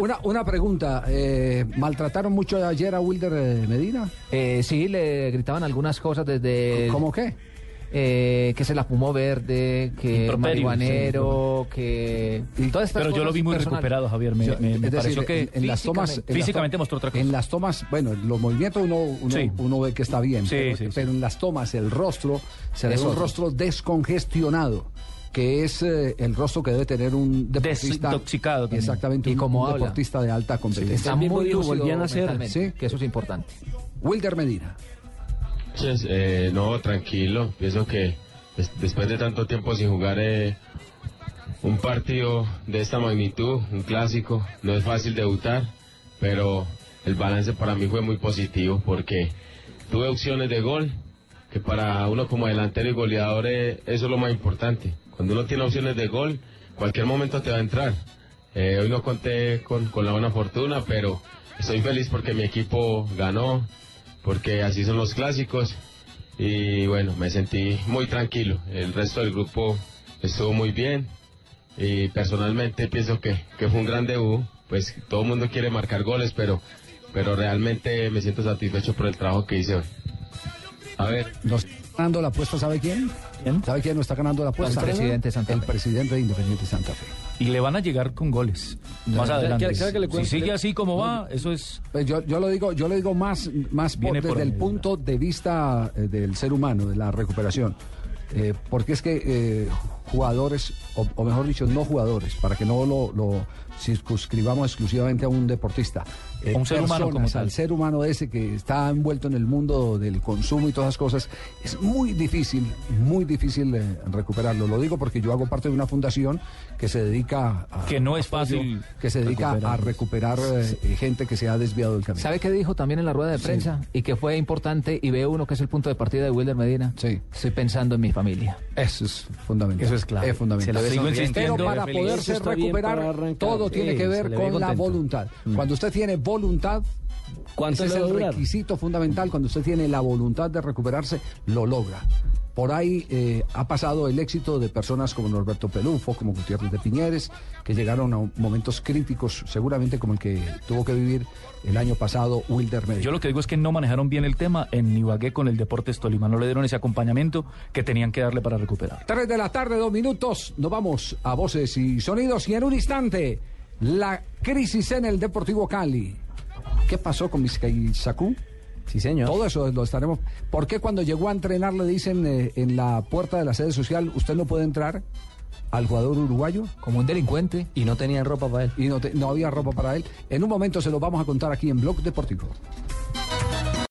Una, una pregunta, eh, ¿maltrataron mucho ayer a Wilder eh, Medina? Eh, sí, le gritaban algunas cosas desde... ¿Cómo qué? eh, que se la fumó verde, que Improperium, marihuanero, que... y todas estas Pero yo lo cosas vi muy personales. recuperado, Javier. Me, Yo- me- me es decir, pareció en- que en, las tomas, en las físicamente to- mostró otra cosa. En las tomas, bueno, los movimientos uno, uno, Sí. uno ve que está bien, Sí, pero, sí, sí. pero en las tomas el rostro se Es ve un otro. rostro descongestionado, que es eh, el rostro que debe tener un deportista Desintoxicado también. exactamente, Y un, como un habla. deportista de alta competencia. Está Él mismo muy dijo, lúcido volvían a hacer, mentalmente, sí. que eso es importante. Wilder Medina. Sánchez, eh, no, tranquilo. Pienso que des- después de tanto tiempo sin jugar eh, un partido de esta magnitud, un clásico, no es fácil debutar, pero el balance para mí fue muy positivo porque tuve opciones de gol, que para uno como delantero y goleador eh, eso es lo más importante. Cuando uno tiene opciones de gol, cualquier momento te va a entrar. Eh, hoy no conté con, con la buena fortuna, pero estoy feliz porque mi equipo ganó, porque así son los clásicos. Y bueno, me sentí muy tranquilo. El resto del grupo estuvo muy bien. Y personalmente pienso que, que fue un gran debut. Pues todo el mundo quiere marcar goles, pero, pero realmente me siento satisfecho por el trabajo que hice hoy. A ver. ¿Nos está ganando la apuesta sabe quién? ¿Quién? ¿Sabe quién nos está ganando la apuesta? presidente de Santa El Fe. presidente de Independiente Santa Fe. Y le van a llegar con goles más ¿Sabe- adelante. sabe que le si cuento? sigue así como va, eso es... Pues yo, yo lo digo, yo lo digo más, más por- Viene desde por el medida. punto de vista eh, del ser humano, de la recuperación. Eh, porque es que eh, jugadores, o, o mejor dicho, no jugadores, para que no lo, lo circunscribamos exclusivamente a un deportista. Eh, A un ser humano como personas, tal. Al ser humano ese que está envuelto en el mundo del consumo y todas esas cosas, es muy difícil, muy difícil eh, recuperarlo. Lo digo porque yo hago parte de una fundación que se dedica a... Que no es a apoyo, fácil Que se dedica a recuperar eh, gente que se ha desviado del camino. ¿Sabe qué dijo también en la rueda de prensa? Y que fue importante, y veo uno que es el punto de partida de Wilder Medina. Sí. Estoy pensando en mi familia. Eso es fundamental. Eso es clave. Es fundamental. Se le ve Sigo sonriente, Pero insistiendo. para feliz. Eso poderse está bien para recuperar, arrancar. todo tiene Sí, que se ver le ve con la contento. Mm. voluntad. Cuando usted tiene voluntad, ¿Cuánto ese es le va a el durar? requisito fundamental. Cuando usted tiene la voluntad de recuperarse, lo logra. Por ahí eh, ha pasado el éxito de personas como Norberto Pelufo, como Gutiérrez de Piñeres, que llegaron a momentos críticos, seguramente como el que tuvo que vivir el año pasado Wilder Medina. Yo lo que digo es que no manejaron bien el tema en Ibagué con el Deportes Tolima. No le dieron ese acompañamiento que tenían que darle para recuperar. 3 de la tarde, dos minutos. Nos vamos a voces y sonidos. Y en un instante, la crisis en el Deportivo Cali. ¿Qué pasó con Vizcay Sacú? Sí, señor. Todo eso lo estaremos. ¿Por qué cuando llegó a entrenar le dicen eh, en la puerta de la sede social, usted no puede entrar al jugador uruguayo? Como un delincuente. Y no tenían ropa para él. Y no, te- no había ropa para él. En un momento se lo vamos a contar aquí en Blog Deportivo.